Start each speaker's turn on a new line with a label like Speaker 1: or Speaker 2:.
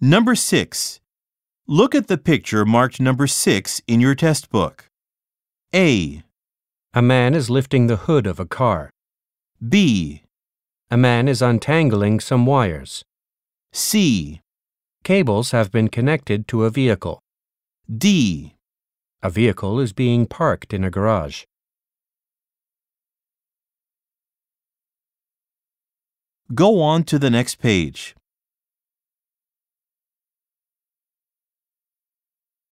Speaker 1: Number 6. Look at the picture marked number 6 in your test book. A,
Speaker 2: A man is lifting the hood of a car.
Speaker 1: B,
Speaker 2: A man is untangling some wires.
Speaker 1: C,
Speaker 2: Cables have been connected to a vehicle.
Speaker 1: D.
Speaker 2: A vehicle is being parked in a garage.
Speaker 1: Go on to the next page.